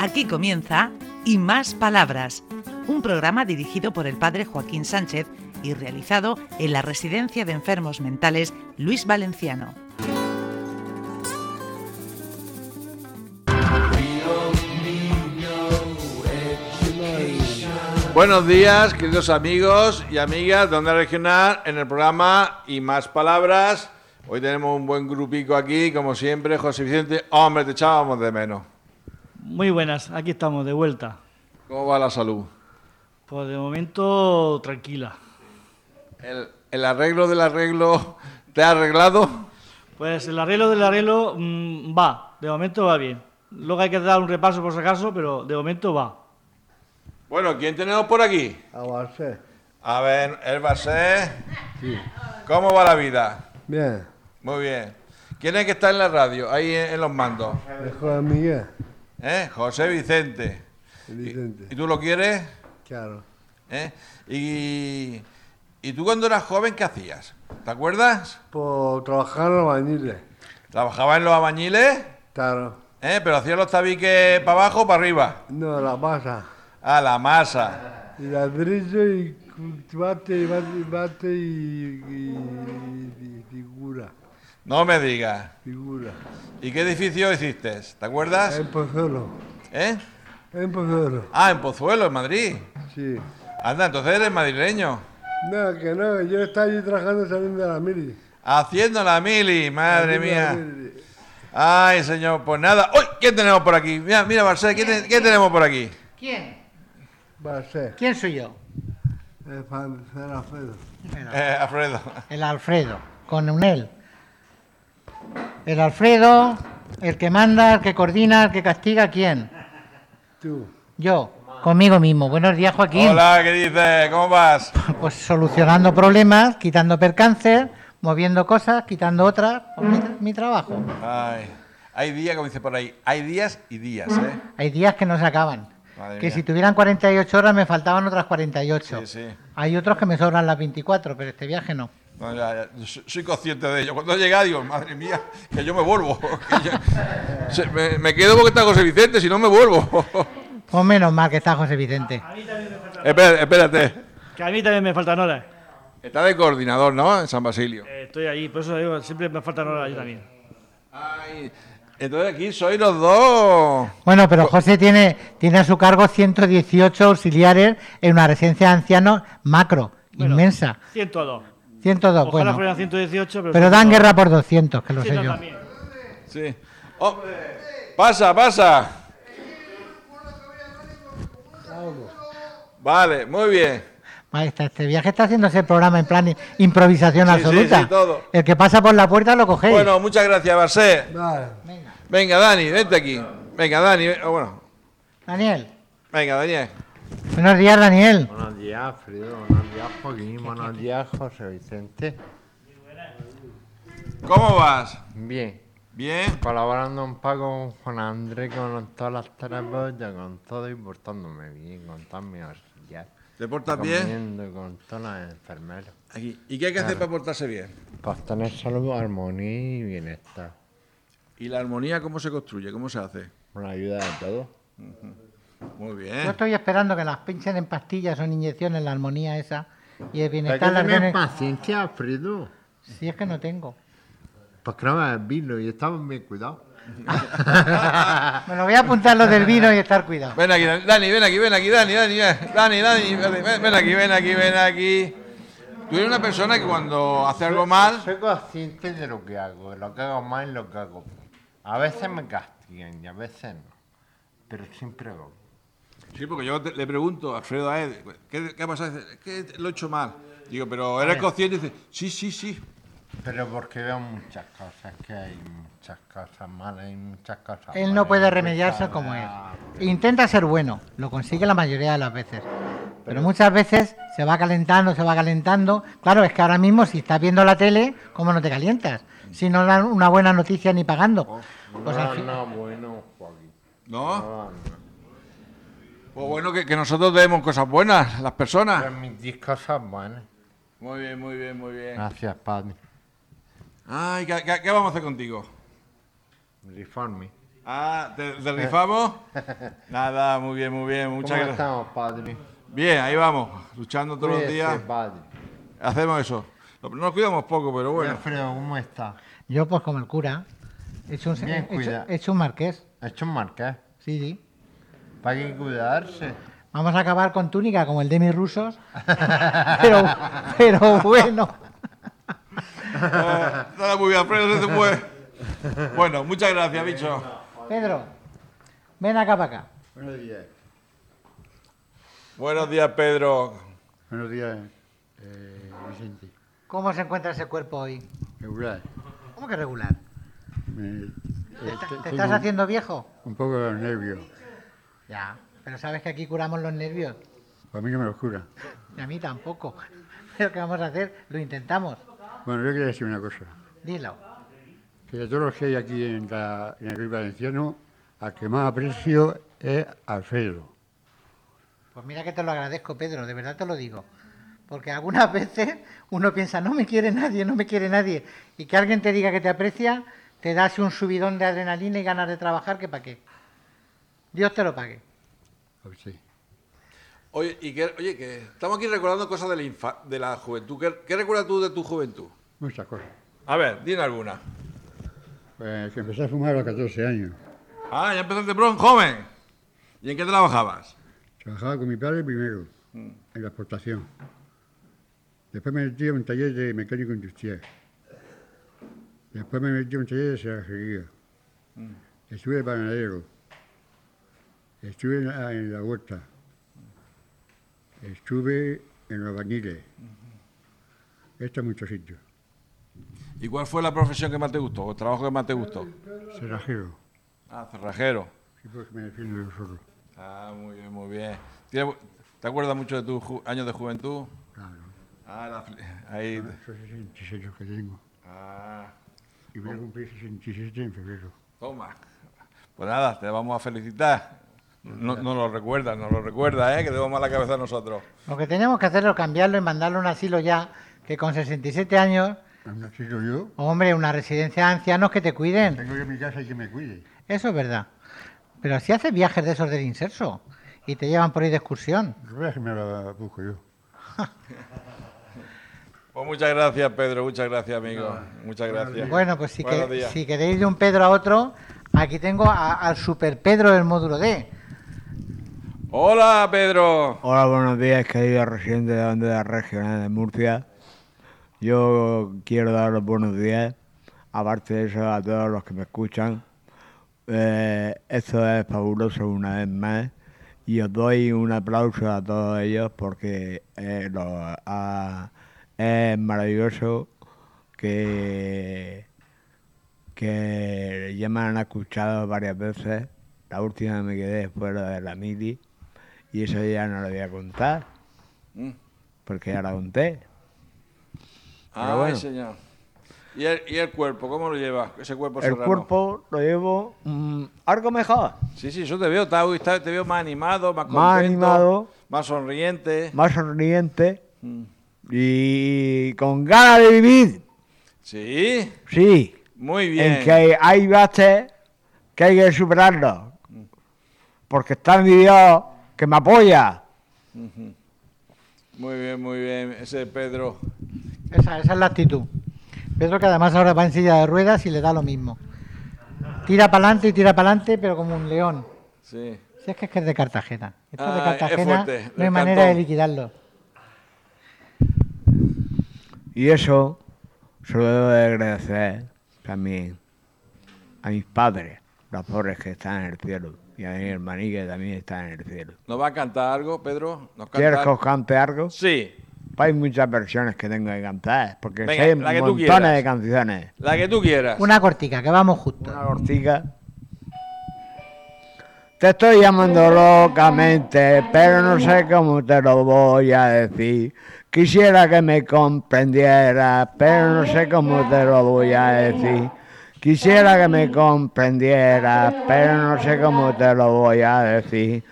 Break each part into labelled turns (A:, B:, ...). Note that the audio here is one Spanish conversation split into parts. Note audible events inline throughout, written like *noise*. A: Aquí comienza Y Más Palabras, un programa dirigido por el padre Joaquín Sánchez y realizado en la Residencia de Enfermos Mentales Luis Valenciano.
B: Buenos días, queridos amigos y amigas de Onda Regional, en el programa Y Más Palabras. Hoy tenemos un buen grupico aquí, como siempre, José Vicente. Hombre, te echábamos de menos.
C: Muy buenas, aquí estamos de vuelta.
B: ¿Cómo va la salud?
C: Pues de momento tranquila.
B: ¿El, el arreglo del arreglo te ha arreglado?
C: Pues el arreglo del arreglo mm, va, de momento va bien. Luego hay que dar un repaso por si acaso, pero de momento va.
B: Bueno, ¿quién tenemos por aquí?
D: Aguarse.
B: A ver, él va a ser. ¿Cómo va la vida?
D: Bien.
B: Muy bien. ¿Quién es que está en la radio? Ahí en, en los mandos.
D: Mejor amiga.
B: ¿Eh? José Vicente.
D: Vicente.
B: ¿Y tú lo quieres?
D: Claro.
B: ¿Eh? ¿Y, ¿Y tú cuando eras joven qué hacías? ¿Te acuerdas?
D: Por trabajar en los bañiles.
B: ¿Trabajabas en los albañiles?
D: Claro.
B: ¿Eh? ¿Pero hacías los tabiques para abajo o para arriba?
D: No, la pasa.
B: A la masa.
D: Y ladrillo y cu- bate y bate y bate y, y- y figura.
B: No me digas.
D: Figura.
B: ¿Y qué edificio hiciste? ¿Te acuerdas?
D: En Pozuelo.
B: ¿Eh?
D: En Pozuelo.
B: Ah, en Pozuelo, en Madrid.
D: Sí.
B: Anda, entonces eres madrileño.
D: No, que no, yo estaba allí trabajando saliendo de la mili.
B: Haciendo la mili, madre
D: Saliendo de la
B: mía.
D: mili.
B: Ay, señor, pues nada. ¡Uy! ¿Quién tenemos por aquí? Mira, mira, Marcel, ¿quién, te- quién tenemos por aquí?
E: ¿Quién?
D: Va a ser.
E: ¿Quién soy yo?
D: El fan de Alfredo.
B: Eh, Alfredo.
E: El Alfredo, con un él. El Alfredo, el que manda, el que coordina, el que castiga, ¿quién?
D: Tú.
E: Yo, conmigo mismo. Buenos días, Joaquín.
B: Hola, ¿qué dices? ¿Cómo vas?
E: *laughs* Pues solucionando problemas, quitando percances, moviendo cosas, quitando otras. Pues mi, mi trabajo.
B: Ay, hay días, como dice por ahí, hay días y días, ¿eh?
E: Hay días que no se acaban.
B: Madre
E: que
B: mía.
E: si tuvieran 48 horas me faltaban otras 48.
B: Sí, sí.
E: Hay otros que me sobran las 24, pero este viaje no.
B: No, ya, ya, so- soy consciente de ello. Cuando llega, digo, madre mía, que yo me vuelvo. *laughs* que ya- se- me, me quedo porque está José Vicente, si no me vuelvo. *laughs*
E: Pues menos mal que está José Vicente.
B: Espérate, espérate.
C: Que a mí también me faltan horas.
B: Está de coordinador, ¿no? En San Basilio.
C: Eh, estoy ahí, por eso digo, siempre me faltan horas yo también.
B: Ay, entonces aquí sois los dos.
E: Bueno, pero José tiene, tiene a su cargo 118 auxiliares en una residencia de ancianos macro,
C: Bueno,
E: inmensa.
C: 102.
E: 102,
C: Ojalá
E: bueno.
C: fueran 118, pero.
E: Pero
C: 102.
E: dan guerra por 200, que lo
C: Sí,
E: sé
C: no,
E: yo.
C: también.
B: Sí. Oh, pasa, pasa. Vale, muy bien.
E: Ahí está, este viaje está haciéndose el programa en plan i- improvisación
B: Sí, sí,
E: absoluta.
B: sí, todo.
E: El que pasa por la puerta lo cogéis.
B: Bueno, muchas gracias, Barcé.
D: Vale.
E: Venga.
B: Venga, Dani, vente aquí. Venga, Dani. ve- oh, Bueno,
E: Daniel.
B: venga, Daniel.
E: Buenos días, Daniel.
F: Buenos días, Alfredo. Buenos días, Joaquín. Buenos días, José Vicente.
B: ¿Cómo vas?
F: Bien.
B: Bien.
F: Colaborando un poco con Juan Andrés, con todas las terapias, con todo y portándome bien, con todas mis orillas.
B: ¿Te portas bien?
F: Comiendo con todas las enfermeras.
B: Aquí. ¿Y qué hay que hacer para portarse bien?
F: Para tener salud, armonía y bienestar.
B: ¿Y la armonía cómo se construye? ¿Cómo se hace?
F: Con la ayuda de todos.
B: Muy
E: Yo
B: bien.
E: estoy esperando que las pinchen en pastillas o en inyecciones la armonía esa y el
F: ¿Para
E: bienestar
F: qué
E: las
F: tener
E: den-
F: paciencia, Alfredo?
E: Si es que no tengo.
F: Pues que no me vino y estamos bien cuidados.
E: Me lo voy a apuntar lo del vino y estar cuidado.
B: Ven aquí, Dani, ven aquí, ven aquí, Dani, Dani, ven. Dani, Dani, ven ven aquí, ven aquí, ven aquí. Tú eres una persona que cuando hace algo mal,
F: Soy consciente de lo que hago, de lo que hago mal y lo que hago bien. A veces me castigan y a veces no. Pero siempre hago. bien.
B: Sí, porque yo te- le pregunto a Alfredo a él, ¿qué, qué ha pasado? Dice, "Es que lo he hecho mal. Digo, pero eres consciente y dice, sí, sí, sí.
F: Pero porque veo muchas cosas que hay, muchas cosas malas y muchas cosas
E: Él
F: buenas,
E: no puede
F: muchas
E: remediarse como él.
F: malas.
E: Intenta ser bueno, lo consigue la mayoría de las veces. Pero muchas veces se va calentando, se va calentando. Claro, es que ahora mismo si estás viendo la tele, ¿cómo no te calientas? Si no dan una buena noticia ni pagando. Pues al
F: Oh, Ah, No,
E: fin-
F: no, bueno, Joaquín.
B: ¿No?
F: No, no.
B: Pues bueno, que, que nosotros demos cosas buenas, las
F: Pero
B: personas.
F: mis diez cosas buenas.
B: Muy bien, muy bien, muy bien.
F: Gracias, padre.
B: Ah, Ay, ¿qué, qué- qué vamos a hacer contigo?
F: Reforme.
B: Ah, ¿te, te rifamos? *laughs* Nada, muy bien, muy bien. Muchas
F: ¿Cómo
B: gracias.
F: estamos, padre?
B: Bien, ahí vamos, luchando todos los
F: Cuídese,
B: días.
F: padre.
B: Hacemos eso. Lo- Nos cuidamos poco, pero *laughs* bueno.
F: Alfredo, ¿cómo está?
E: Yo, pues como el cura, he hecho un,
F: Bien,
E: he hecho-
F: cuida.
E: he hecho un marqués.
F: Ha hecho un marqués.
E: Sí, sí.
F: ¿Para qué cuidarse?
E: Vamos a acabar con túnica como el de mis rusos. *laughs* pero, pero bueno.
B: Eh, Nada, muy bien, Alfredo, se te fue. Bueno, muchas gracias, bicho.
E: Pedro, ven acá para acá.
G: Buenos días.
B: Buenos días, Pedro.
G: Buenos días, eh, Vicente.
E: ¿Cómo se encuentra ese cuerpo hoy?
G: Regular.
E: ¿Cómo que regular?
G: Me-
E: ¿Te,
G: est-
E: está- te
G: estoy
E: estás
G: un-
E: haciendo viejo?
G: Un poco de nervio.
E: Ya. Pero sabes que aquí curamos los nervios.
G: A mí que me lo cura.
E: Y a mí tampoco. *laughs* Pero ¿qué vamos a hacer? Lo intentamos.
G: Bueno, yo quería decir una cosa.
E: Dilo.
G: Que de todos los que hay aquí en, la, en el Club Valenciano, al que más aprecio es Alfredo.
E: Pues mira que te lo agradezco, Pedro, de verdad te lo digo. Porque algunas *laughs* veces uno piensa, no me quiere nadie, no me quiere nadie. Y que alguien te diga que te aprecia, te das un subidón de adrenalina y ganas de trabajar, que para qué. Dios te lo pague.
G: A usted.
B: Oye, y que, oye, que estamos aquí recordando cosas de la, infa- de la juventud. ¿Qué, qué recuerdas tú de tu juventud?
G: Muchas cosas.
B: A ver, dime alguna.
G: Pues que empecé a fumar a los 14 años.
B: Ah, ya empezaste pronto, joven. ¿Y en qué trabajabas?
G: Trabajaba con mi padre primero, en la exportación. Después me metí a un taller de mecánico industrial. Después me metí a un taller de cerrajería. Estuve de panadero. Estuve en la, en la huerta. Estuve en los bañiles. Estos muchos sitios.
B: ¿Y cuál fue la profesión que más te gustó o el trabajo que más te gustó?
G: Cerrajero.
B: Ah, cerrajero.
G: Sí, porque me defiendo yo solo.
B: Ah, muy bien, muy bien. Tiene- ¿Te acuerdas mucho de tus ju- años de juventud?
G: Claro.
B: Ah, la fli- ahí.
G: Son 66 los que tengo.
B: Ah,
G: Y voy a cumplir 67 en febrero.
B: toma. Pues nada, te vamos a felicitar. No, no lo recuerdas, no lo recuerdas, ¿eh? Que te vamos a la cabeza nosotros.
E: Lo que tenemos que hacer es cambiarlo y mandarlo a un asilo ya, que con 67 años,
G: ¿Han nacido yo?
E: hombre, una residencia de ancianos que te cuiden.
G: Tengo yo mi casa y que me cuide.
E: Eso es verdad. Pero si haces viajes de esos del inserso y te llevan por ahí de excursión.
G: Lo voy a que me la busco yo.
B: Pues muchas gracias, Pedro. Muchas gracias, amigo. Muchas gracias.
E: Bueno, pues si,
B: Buenos
E: que-
B: días.
E: si queréis de un Pedro a otro, aquí tengo a- al super Pedro del módulo D.
B: Hola, Pedro.
H: Hola, buenos días, queridos residentes de la Onda Regional de Murcia. Yo quiero dar los buenos días, aparte de eso, a todos los que me escuchan. Eh, esto es fabuloso una vez más y os doy un aplauso a todos ellos porque eh, lo- ah, es maravilloso que, que ya me han escuchado varias veces. La última me quedé fuera de la mili. Y eso ya no lo voy a contar.
B: Mm.
H: Porque ya la conté.
B: Ay,
H: bueno.
B: señor. ¿Y el, ¿Y el cuerpo? ¿Cómo lo llevas? Ese cuerpo
H: el
B: serrano.
H: cuerpo lo llevo mm, algo mejor.
B: Sí, sí, yo te veo, está- hoy está- te veo más animado, más contento.
H: Más animado.
B: Más sonriente.
H: Más sonriente.
B: Mm.
H: Y con ganas de vivir.
B: Sí,
H: Sí.
B: muy bien.
H: En que hay baches que hay que superarlos.
B: Mm.
H: Porque está mi Dios que me apoya.
B: Muy bien, muy bien. Ese es Pedro.
E: Esa, esa es la actitud. Pedro que además ahora va en silla de ruedas y le da lo mismo. Tira para adelante y tira para adelante, pero como un león.
B: Sí.
E: Si es que es que es de Cartagena. Esto de
B: Ah, es
E: Cartagena
B: fuerte, del
E: no hay manera de
B: cantón.
E: liquidarlo.
H: Y eso se lo debo de agradecer también a mis padres, los pobres que están en el cielo, y a mi hermaní que también está en el cielo.
B: ¿Nos va a cantar algo, Pedro? ¿Nos canta
H: ¿Quieres que os
B: algo?
H: cante algo?
B: Sí,
H: Hay muchas versiones que tengo que cantar, ¿eh? porque
B: Venga,
H: hay
B: la que tú
H: montones
B: quieras.
H: de canciones.
B: la que tú quieras.
E: Una cortica, que vamos justo.
H: Una ortiga. Te estoy llamando locamente, pero no sé cómo te lo voy a decir. Quisiera que me comprendieras, pero no sé cómo te lo voy a decir. Quisiera que me comprendieras, pero no sé cómo te lo voy a decir.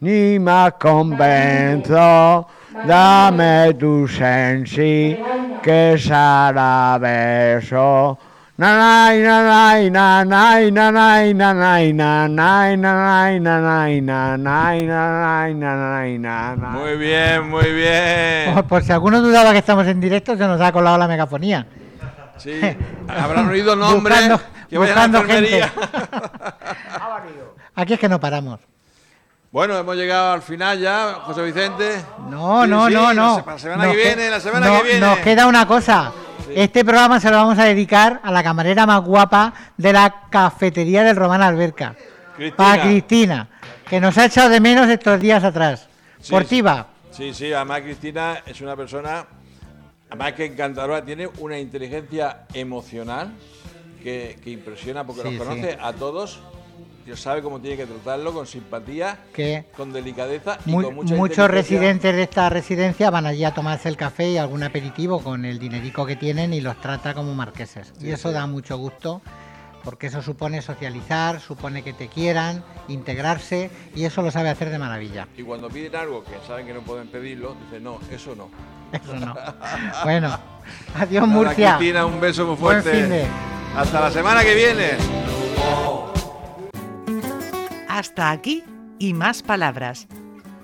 H: Ni más convenzo, dame tu sensi, que será beso. Nanay, nanay, nanay, nanay, nanay, nanay, nanay, nanay, nanay, nanay, nanay, nanay.
B: Muy bien, muy bien.
E: Por, por si alguno dudaba que estamos en directo, se nos ha colado la megafonía.
B: Sí. Habrán oído nombres
E: Buscando-
B: que vayan a la
E: buscando gente.
B: enfermería.
E: Aquí es que no paramos.
B: bueno, hemos llegado al final ya, José Vicente.
E: No,
B: Sí,
E: no,
B: sí,
E: no,
B: la
E: no.
B: se- La semana
E: Nos
B: que
E: que-
B: viene, la semana
E: no-
B: que viene.
E: Nos queda una cosa. Este programa se lo vamos a dedicar a la camarera más guapa de la cafetería del Román Alberca.
B: Cristina.
E: A Cristina, que nos ha echado de menos estos días atrás.
B: Sí,
E: Portiva.
B: Sí, sí, además Cristina es una persona, además que encantadora, tiene una inteligencia emocional que, que impresiona porque
E: Sí,
B: los conoce a todos, y sabe cómo tiene que tratarlo, con simpatía,
E: Que
B: con delicadeza y
E: mu-
B: con mucha
E: muchos
B: inteligencia.
E: residentes de esta residencia van allí a tomarse el café y algún aperitivo con el dinerico que tienen y los trata como marqueses. y eso da mucho gusto porque eso supone socializar, supone que te quieran, integrarse y eso lo sabe hacer de maravilla.
B: Y cuando piden algo que saben que no pueden pedirlo, dicen, no, eso no.
E: Eso no. Bueno, adiós
B: Nada,
E: Murcia.
B: Cristina, un beso muy
E: Buen
B: fuerte.
E: fin de-
B: Hasta la semana que viene.
A: Hasta aquí y más palabras.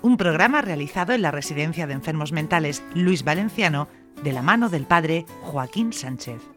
A: Un programa realizado en la Residencia de Enfermos Mentales Luis Valenciano de la mano del padre Joaquín Sánchez.